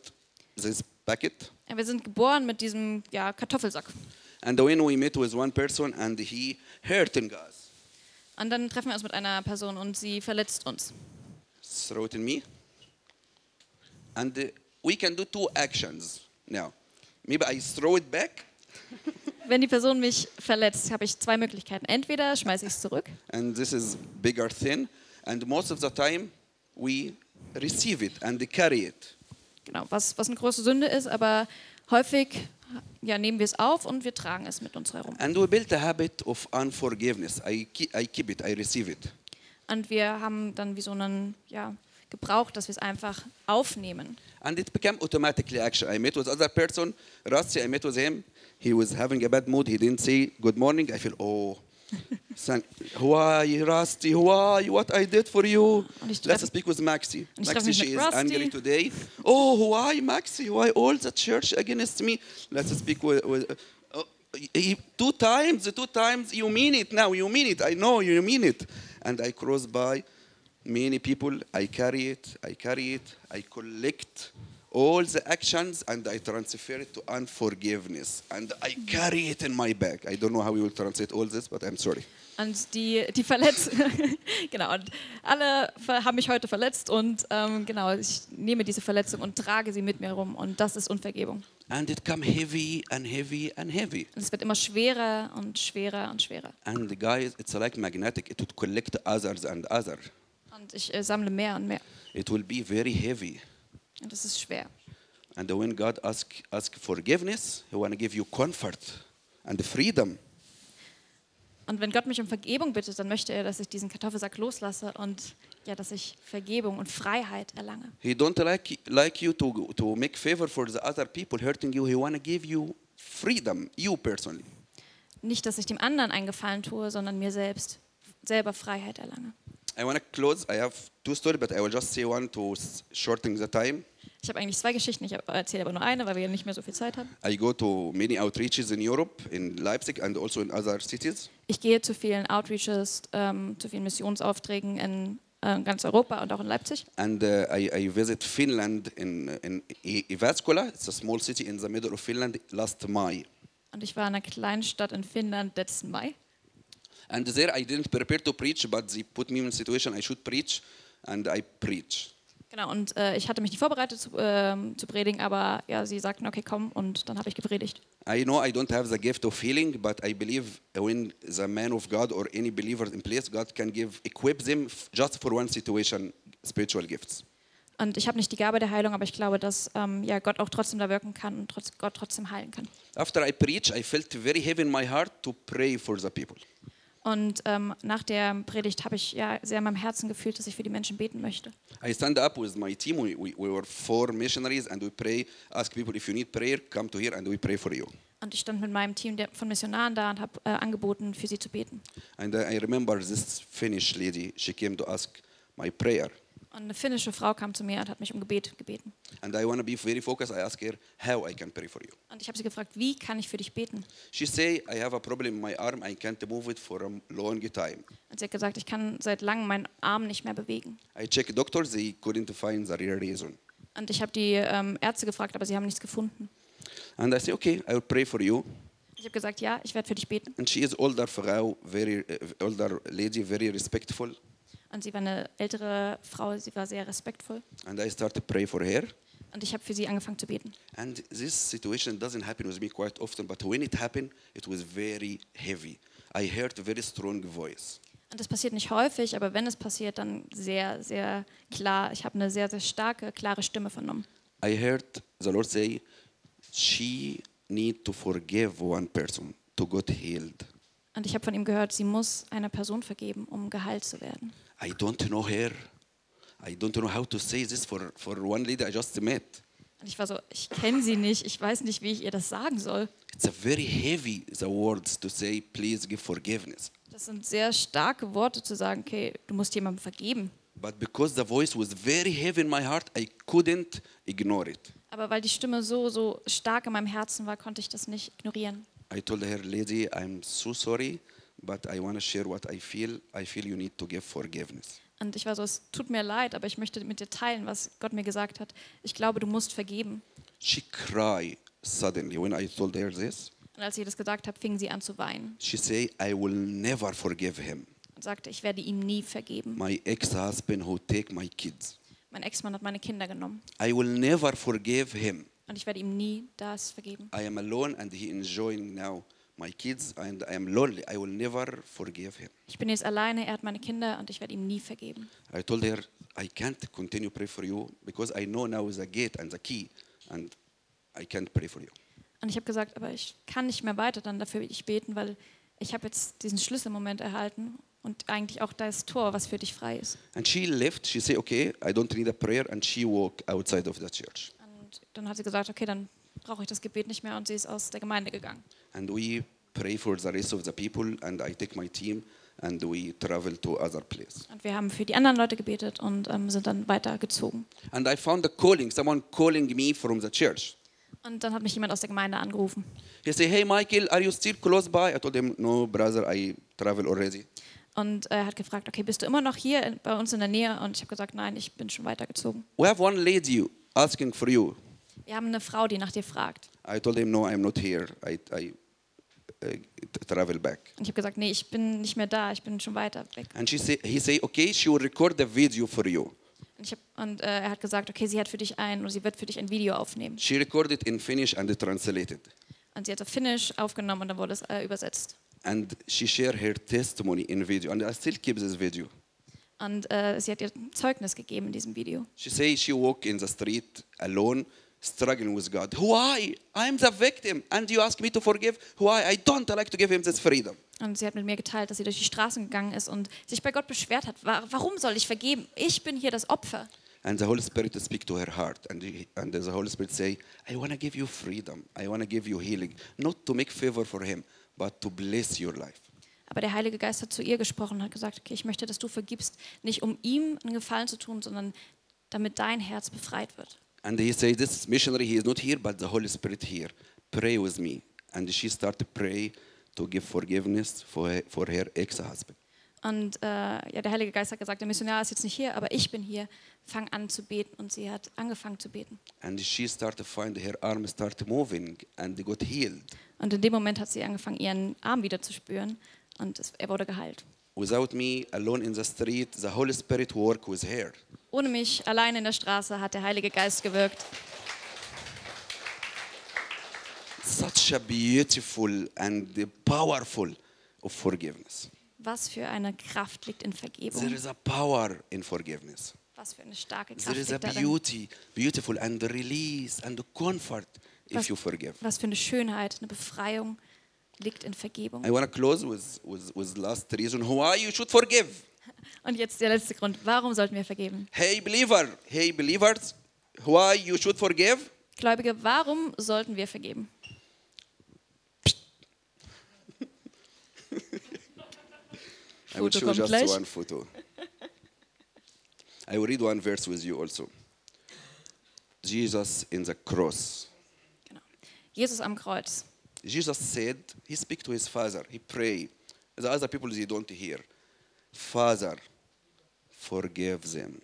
this packet.
Ja, Wir sind geboren mit diesem ja, Kartoffelsack.
And when we met with one person and he hurting us,
Und dann treffen wir uns mit einer Person und sie verletzt uns.
throw it in me. And uh, we can do two actions now. Maybe I throw it back
Wenn die Person mich verletzt, habe ich zwei Möglichkeiten. Entweder schmeiße ich es zurück
and this is bigger thing. And most of the time we receive it and carry it.
genau, was, was eine große Sünde ist, aber häufig ja, nehmen wir es auf und wir tragen es mit uns herum.
And we built a habit of unforgiveness. I keep, I keep it, I receive it.
Und wir haben dann wie so einen ja, Gebrauch, dass wir es einfach aufnehmen.
And it became automatically action. I met with other person, Rusty, I met with him. He was having a bad mood. He didn't say good morning. I feel, oh, son, who are you, Rusty? Who are you? What I did for you?
Und ich
Let's
treff-
speak with Maxi.
Und ich treff
Maxi,
mich
she is
mit Rusty.
angry today. Oh, why, Maxi? Why all the church against me? Let's speak with... with oh, he- two times, two times, you mean it now, you mean it, I know you mean it. And I cross by many people, I carry it, I carry it, I collect all the actions and I transfer it to unforgiveness. And I carry it in my bag. I don't know how we will translate all this, but I'm sorry.
Und die, die verletzt, genau, und alle ver- haben mich heute verletzt und ähm, genau, ich nehme diese Verletzung und trage sie mit mir rum und das ist Unvergebung.
And it come heavy and heavy and heavy.
Und es wird immer schwerer und schwerer und schwerer.
And the guys, it's like magnetic. It would collect others and other.
Und ich äh, sammle mehr und mehr.
It will be very heavy.
Und das ist schwer.
And when God ask ask forgiveness, He want to give you comfort and freedom.
Und wenn Gott mich um Vergebung bittet, dann möchte er, dass ich diesen Kartoffelsack loslasse und ja, dass ich Vergebung und Freiheit erlange.
He don't like like you to to make favor for the other people hurting you. He want to give you freedom, you personally.
Nicht, dass ich dem anderen einen Gefallen tue, sondern mir selbst selber Freiheit erlange.
I want to close. I have two stories, but I will just say one to s- shorten the time.
Ich habe eigentlich zwei Geschichten, ich hab- erzähle aber nur eine, weil wir nicht mehr so viel Zeit haben.
I go to many outreaches in Europe, in Leipzig, and also in other cities.
Ich gehe zu vielen Outreaches, ähm, zu vielen Missionsaufträgen in äh, ganz Europa und auch in Leipzig.
And uh, I, I visit Finland in in I- Ivatskola. It's a small city in the middle of Finland last May.
Und ich war in einer kleinen Stadt in Finnland letzten Mai.
And there I didn't prepare to preach, but they put me in a situation I should preach, and I preach.
Genau, und äh, ich hatte mich nicht vorbereitet zu, ähm, zu predigen, aber ja, sie sagten, okay, komm, und dann habe ich gepredigt.
I know I don't have the gift of healing, but I believe when the man of God or any believer in place, God can give equip them f- just for one situation, spiritual gifts.
Und ich habe nicht die Gabe der Heilung, aber ich glaube, dass ähm, ja, Gott auch trotzdem da wirken kann und trotz, Gott trotzdem heilen kann.
After I preach, I felt very heavy in my heart to pray for the people.
Und ähm, nach der Predigt habe ich ja sehr in meinem Herzen gefühlt, dass ich für die Menschen beten möchte.
I stand up with my team. We, we, we were four missionaries, and we pray. Ask people if you need prayer, come to here, and we pray for you.
Und ich stand mit meinem Team der, von Missionaren da und habe äh, angeboten, für sie zu beten.
And I I remember this Finnish lady. She came to ask my prayer,
Und eine finnische Frau kam zu mir und hat mich um Gebet gebeten.
and I want to be very focused. I ask her how I can pray for you.
Und ich habe sie gefragt, wie kann ich für dich beten?
She say I have a problem in my arm. I can't move it for a long time.
Und sie hat gesagt, ich kann seit langem meinen Arm nicht mehr bewegen.
I check doctors. They couldn't find the real reason.
Und ich habe die ähm, Ärzte gefragt, aber sie haben nichts gefunden.
And I say okay, I will pray for you.
Ich habe gesagt, ja, ich werde für dich beten.
And she is older Frau, very uh, older lady, very respectful.
Und sie war eine ältere Frau, sie war sehr respektvoll.
And I start to pray for her.
Und ich habe für sie angefangen zu beten.
And this situation doesn't happen with me quite often, but when it happened, it was very heavy. I heard a very strong voice.
Und das passiert nicht häufig, aber wenn es passiert, dann sehr, sehr klar. Ich habe eine sehr, sehr starke, klare Stimme vernommen.
I heard the Lord say, "She need to forgive one person to get healed."
Und ich habe von ihm gehört, sie muss einer Person vergeben, um geheilt zu werden.
I don't know her. I don't know how to say this for, for one lady I just met.
Und ich war so, ich kenne sie nicht, ich weiß nicht, wie ich ihr das sagen soll.
It's a very heavy the words to say. Please give forgiveness.
Das sind sehr starke Worte zu sagen, okay, du musst jemandem vergeben.
But because the voice was very heavy in my heart, I couldn't ignore it.
Aber weil die Stimme so, so stark in meinem Herzen war, konnte ich das nicht ignorieren.
I told her, lady, I'm so sorry, but I want to share what I feel. I feel you need to give forgiveness.
Und ich war so, es tut mir leid, aber ich möchte mit dir teilen, was Gott mir gesagt hat. Ich glaube, du musst vergeben.
She cried suddenly when I told her this.
Und als ich das gesagt habe, fing sie an zu weinen
She said, I will never forgive him.
und sagte, ich werde ihm nie vergeben.
My ex-husband who take my kids.
Mein Ex-Mann hat meine Kinder genommen
I will never forgive him.
und ich werde ihm nie das vergeben.
I am alone and he enjoying now my kids and I am lonely. I will never forgive him.
Ich bin jetzt alleine, er hat meine Kinder und ich werde ihm nie vergeben.
I told her, I can't continue pray for you because I know now the gate and the key and I can't pray for you.
Und ich habe gesagt, aber ich kann nicht mehr weiter dann dafür ich beten, weil ich habe jetzt diesen Schlüsselmoment erhalten und eigentlich auch das Tor, was für dich frei ist.
And she left. She said, "Okay, I don't need a prayer." And she walked outside of the church.
Und dann hat sie gesagt, okay, dann brauche ich das Gebet nicht mehr und sie ist aus der Gemeinde gegangen.
And we pray for the rest of the people. And I take my team and we travel to other place.
Und wir haben für die anderen Leute gebetet und ähm, sind dann weitergezogen.
And I found a calling. Someone calling me from the church.
Und dann hat mich jemand aus der Gemeinde angerufen.
He said, "Hey, Michael, are you still close by?" I told him, "No, brother, I travel already."
Und er hat gefragt, okay, bist du immer noch hier in- bei uns in der Nähe? Und ich habe gesagt, nein, ich bin schon weitergezogen.
We have one lady asking for you.
Wir haben eine Frau, die nach dir fragt.
I told him, "No, I'm not here. I, I uh, travel back."
Und ich habe gesagt, nee, ich bin nicht mehr da, ich bin schon weiter weg.
And she say, he said, "Okay, she will record the video for you."
Und, ich hab, und äh, er hat gesagt, okay, sie hat für dich ein oder sie wird für dich ein Video aufnehmen.
She recorded in Finnish and translated.
Und sie hat auf Finnisch aufgenommen und dann wurde es äh, übersetzt.
and she shared her testimony in video and i still keep this video
Und äh, sie hat ihr Zeugnis gegeben in diesem Video.
she say she walk in the street alone struggling with god why i'm the victim and you ask me to forgive why i don't like to give him this freedom
Und sie hat mit mir geteilt, dass sie durch die Straßen gegangen ist und sich bei Gott beschwert hat. Wa- Warum soll ich vergeben? Ich bin hier das Opfer.
and the holy spirit speak to her heart and, he- and the holy spirit say i want to give you freedom i want to give you healing not to make favor for him but to bless your life
Aber der Heilige Geist hat zu ihr gesprochen und hat gesagt, okay, ich möchte, dass du vergibst, nicht um ihm einen Gefallen zu tun, sondern damit dein Herz befreit wird.
and he say this missionary he is not here but the holy spirit here pray with me and she start to pray to give forgiveness for her, for her ex-husband
Und äh, ja, der Heilige Geist hat gesagt, der Missionar ist jetzt nicht hier, aber ich bin hier. Fang an zu beten. Und sie hat angefangen zu beten.
and she started to find her arm start moving and got healed
Und in dem Moment hat sie angefangen, ihren Arm wieder zu spüren. Und es, er wurde geheilt.
without me alone in the street the holy spirit work with her
Ohne mich, allein in der Straße, hat der Heilige Geist gewirkt.
such a beautiful and powerful of forgiveness
Was für eine Kraft liegt in
there
Vergebung?
is a power in forgiveness
Was für eine starke Kraft
there is a
liegt darin?
beauty beautiful and release and comfort if
Was,
you forgive
was für eine Schönheit, eine Befreiung. liegt in Vergebung.
I want to close with, with, with last reason why you should forgive.
Und jetzt der letzte Grund. Warum sollten wir vergeben?
Hey believer, hey believers, why you should forgive?
Gläubige, warum sollten wir vergeben?
I will
Photo
show just
complex.
one photo. I will read one verse with you also. Jesus in the cross.
Genau. Jesus am Kreuz.
Jesus said, he speak to his father, he pray. The other people they don't hear. Father, forgive them.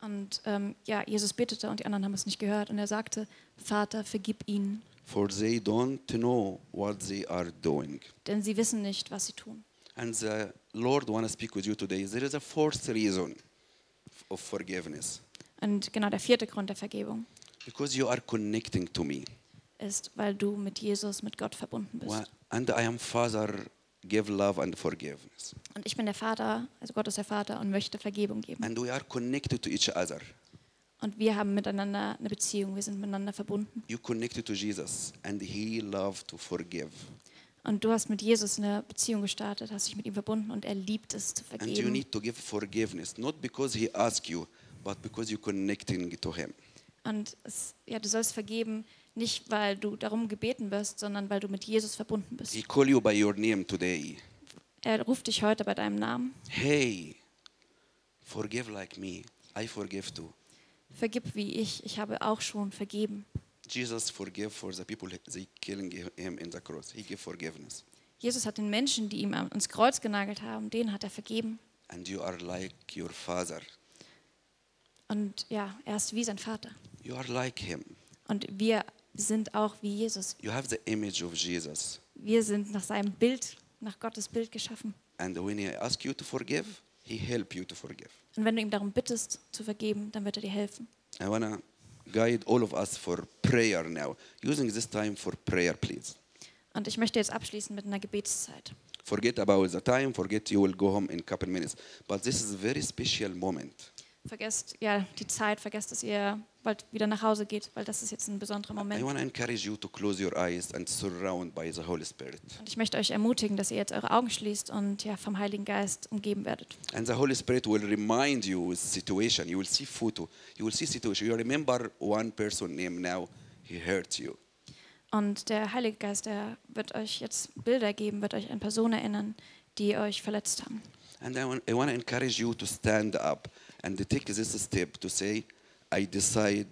Und ähm, ja, Jesus betete und die anderen haben es nicht gehört. Und er sagte, Vater, vergib ihnen,
For they don't know what they are doing.
denn sie wissen nicht, was sie tun.
And the Lord want to speak with you today. There is a fourth reason of forgiveness.
Und genau der vierte Grund der Vergebung
Because you are connecting to me.
ist, weil du mit Jesus, mit Gott verbunden bist.
Wha- And I am Father, give love and forgiveness.
Und ich bin der Vater, also Gott ist der Vater und möchte Vergebung geben.
And we are connected to each other.
Und wir haben miteinander eine Beziehung, wir sind miteinander verbunden.
You connected to Jesus, and He loved to forgive.
Und du hast mit Jesus eine Beziehung gestartet, hast dich mit ihm verbunden und er liebt es zu
And you
vergeben.
need to give forgiveness, not because He asked you, but because you're connecting to Him.
Und es, ja, du sollst vergeben, nicht weil du darum gebeten wirst, sondern weil du mit Jesus verbunden
He
bist.
call you by your name today.
Er ruft dich heute bei deinem Namen.
Hey, forgive like me. I forgive too.
Vergib wie ich, ich habe auch schon vergeben.
Jesus forgive for the people they killing him in the cross. He give forgiveness.
Jesus hat den Menschen, die ihm am- ans Kreuz genagelt haben, denen hat er vergeben.
And you are like your father.
Und ja, er ist wie sein Vater.
You are like him.
Und wir sind auch wie Jesus.
You have the image of Jesus.
Wir sind nach seinem Bild, nach Gottes Bild geschaffen.
And when he ask you to forgive, he help you to forgive.
Und wenn du ihm darum bittest, zu vergeben, dann wird er dir helfen.
I want to guide all of us for prayer now. Using this time for prayer, please.
Und ich möchte jetzt abschließen mit einer Gebetszeit.
Forget about the time. Forget you will go home in a couple minutes. But this is a very special moment.
Vergesst ja die Zeit, vergesst, dass ihr bald wieder nach Hause geht, weil das ist jetzt ein besonderer
I
Moment.
want to encourage you to close your eyes and surround by the Holy Spirit.
Und ich möchte euch ermutigen, dass ihr jetzt eure Augen schließt und ja vom Heiligen Geist umgeben werdet.
And the Holy Spirit will remind you with situation. You will see photo. You will see situation. You remember one person name now. He hurt you.
Und der Heilige Geist, der wird euch jetzt Bilder geben, wird euch an Personen erinnern, die euch verletzt haben.
And I want, I want to encourage you to stand up and to take this step to say, I decide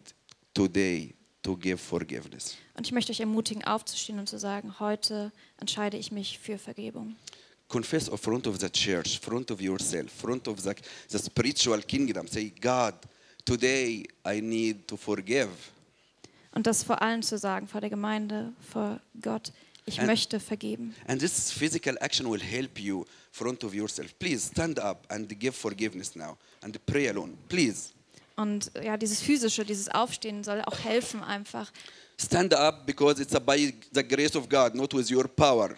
today to give forgiveness.
Und ich möchte euch ermutigen, aufzustehen und zu sagen, heute entscheide ich mich für Vergebung.
Confess in front of the church, front of yourself, front of the, the spiritual kingdom. Say, God, today I need to forgive.
Und das vor allen zu sagen, vor der Gemeinde, vor Gott, ich
Ein-
möchte vergeben.
And this physical action will help you front of yourself. Please stand up and give forgiveness now and pray alone. Please
Und äh, ja, dieses physische, dieses Aufstehen soll auch helfen einfach.
stand up because it's by the grace of God, not with your power.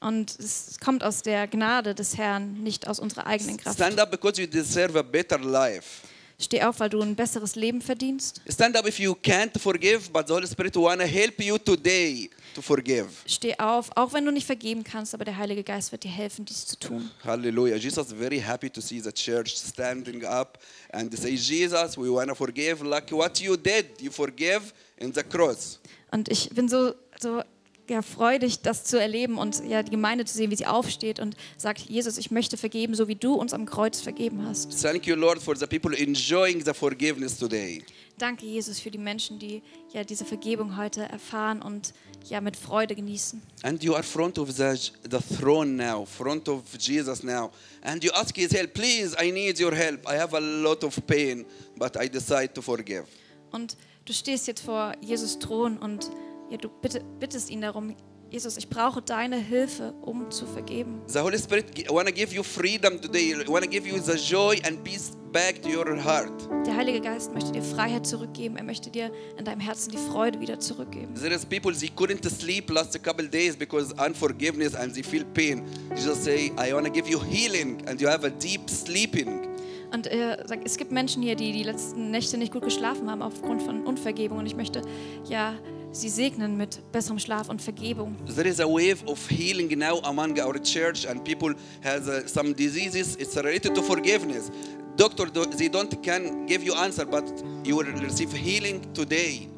Und es kommt aus der Gnade des Herrn, nicht aus unserer eigenen Kraft.
Stand up because you deserve a better life.
Steh auf, weil du ein besseres Leben verdienst.
Stand up if you can't forgive, but the Holy Spirit want to help you today to forgive.
Steh auf, auch wenn du nicht vergeben kannst, aber der Heilige Geist wird dir helfen, dies zu tun.
Hallelujah. Jesus very happy to see the church standing up and say, Jesus, we want to forgive like what you did. You forgive in the cross.
Und ich bin so, so ja, freudig, das zu erleben und ja, die Gemeinde zu sehen, wie sie aufsteht und sagt, Jesus, ich möchte vergeben, so wie du uns am Kreuz vergeben hast.
Thank you, Lord, for the people enjoying the forgiveness today.
Danke, Jesus, für die Menschen, die ja diese Vergebung heute erfahren und ja mit Freude genießen.
And you are front of the, the throne now, front of Jesus now. And you ask his help, please, I need your help. I have a lot of pain, but I decide to forgive.
Und du stehst jetzt vor Jesus Thron und ja, du bitte, bittest ihn darum, Jesus, ich brauche deine Hilfe, um zu vergeben.
The Holy Spirit want to give you freedom today. Want to give you the joy and peace back to your heart.
Der Heilige Geist möchte dir Freiheit zurückgeben. Er möchte dir in deinem Herzen die Freude wieder zurückgeben.
There is people they couldn't sleep last couple days because unforgiveness and they feel pain. Jesus say, I want to give you healing, and you have a deep sleeping.
Und äh, er sagt, es gibt Menschen hier, die die letzten Nächte nicht gut geschlafen haben aufgrund von Unvergebung. Und ich möchte ja sie segnen mit besserem Schlaf und Vergebung.
There is a wave of healing now among our church, and people has uh, some diseases. It's related to forgiveness. Doctor, do- they don't can give you answer, but you will receive healing today.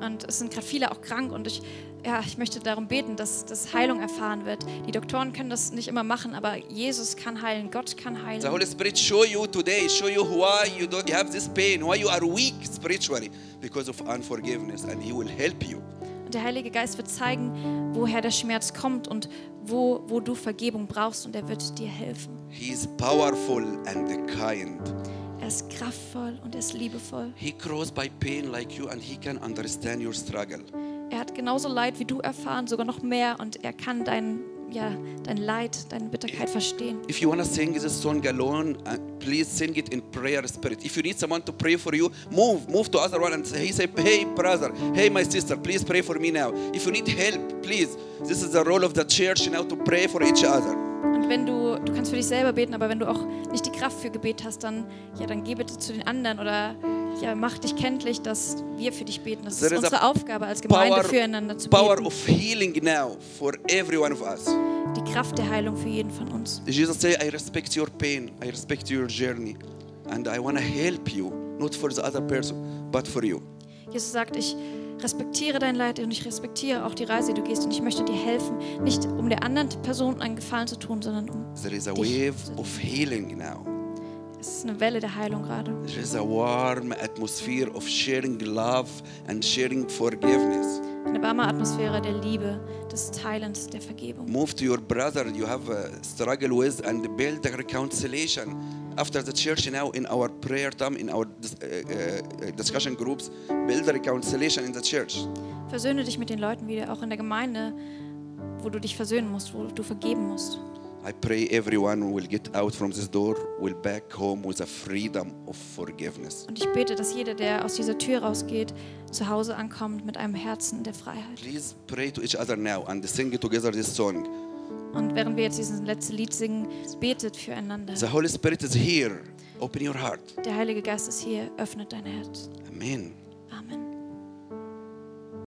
Und es sind gerade viele auch krank und ich, ja, ich möchte darum beten, dass, dass Heilung erfahren wird. Die Doktoren können das nicht immer machen, aber Jesus kann heilen, Gott kann
The
heilen.
Holy Spirit show you today, show you why you don't you have this pain, why you are weak spiritually because of unforgiveness, and He will help you.
Und der Heilige Geist wird zeigen, woher der Schmerz kommt und wo, wo du Vergebung brauchst und er wird dir helfen.
He is powerful and kind.
Er ist kraftvoll und er ist liebevoll.
He crossed by pain like you, and He can understand your struggle.
Er hat genauso Leid wie du erfahren, sogar noch mehr und er kann dein, ja, dein Leid, deine Bitterkeit verstehen.
If you want to sing this song alone, uh, please sing it in prayer spirit. If you need someone to pray for you, move, move to other one and say, he say, hey brother, hey my sister, please pray for me now. If you need help, please. This is the role of the church now to pray for each other.
Und wenn du, du kannst für dich selber beten, aber wenn du auch nicht die Kraft für Gebet hast, dann, ja, dann geh bitte zu den anderen oder ja, mach dich kenntlich, dass wir für dich beten. Das ist
There is a
unsere Aufgabe als Gemeinde füreinander zu
power
beten.
of healing now for every one of us.
Die Kraft der Heilung für jeden von uns.
Jesus say, I respect your pain, I respect your journey, and I want to help you, not for the other person, but for you.
Jesus sagt, ich respektiere dein Leid und ich respektiere auch die Reise, die du gehst und ich möchte dir helfen, nicht um der anderen Person einen Gefallen zu tun, sondern um
There is a
dich.
wave of healing now.
Es ist eine Welle der Heilung gerade.
There is a warm atmosphere of sharing love and sharing forgiveness.
Eine warme Atmosphäre der Liebe, des Teilens, der Vergebung.
Move to your brother you have a struggle with and build a reconciliation. After the church now in our prayer time, in our dis- uh, uh, discussion groups, build a reconciliation in the church.
Versöhne dich mit den Leuten wieder, auch in der Gemeinde, wo du dich versöhnen musst, wo du vergeben musst.
I pray everyone will get out from this door, will back home with a freedom of forgiveness.
Und ich bete, dass jeder, der aus dieser Tür rausgeht, zu Hause ankommt mit einem Herzen der Freiheit.
Please pray to each other now and sing together this song.
Und während wir jetzt dieses letzte Lied singen, betet füreinander.
The Holy Spirit is here. Open your heart.
Der Heilige Geist ist hier, öffnet dein Herz.
Amen.
Amen.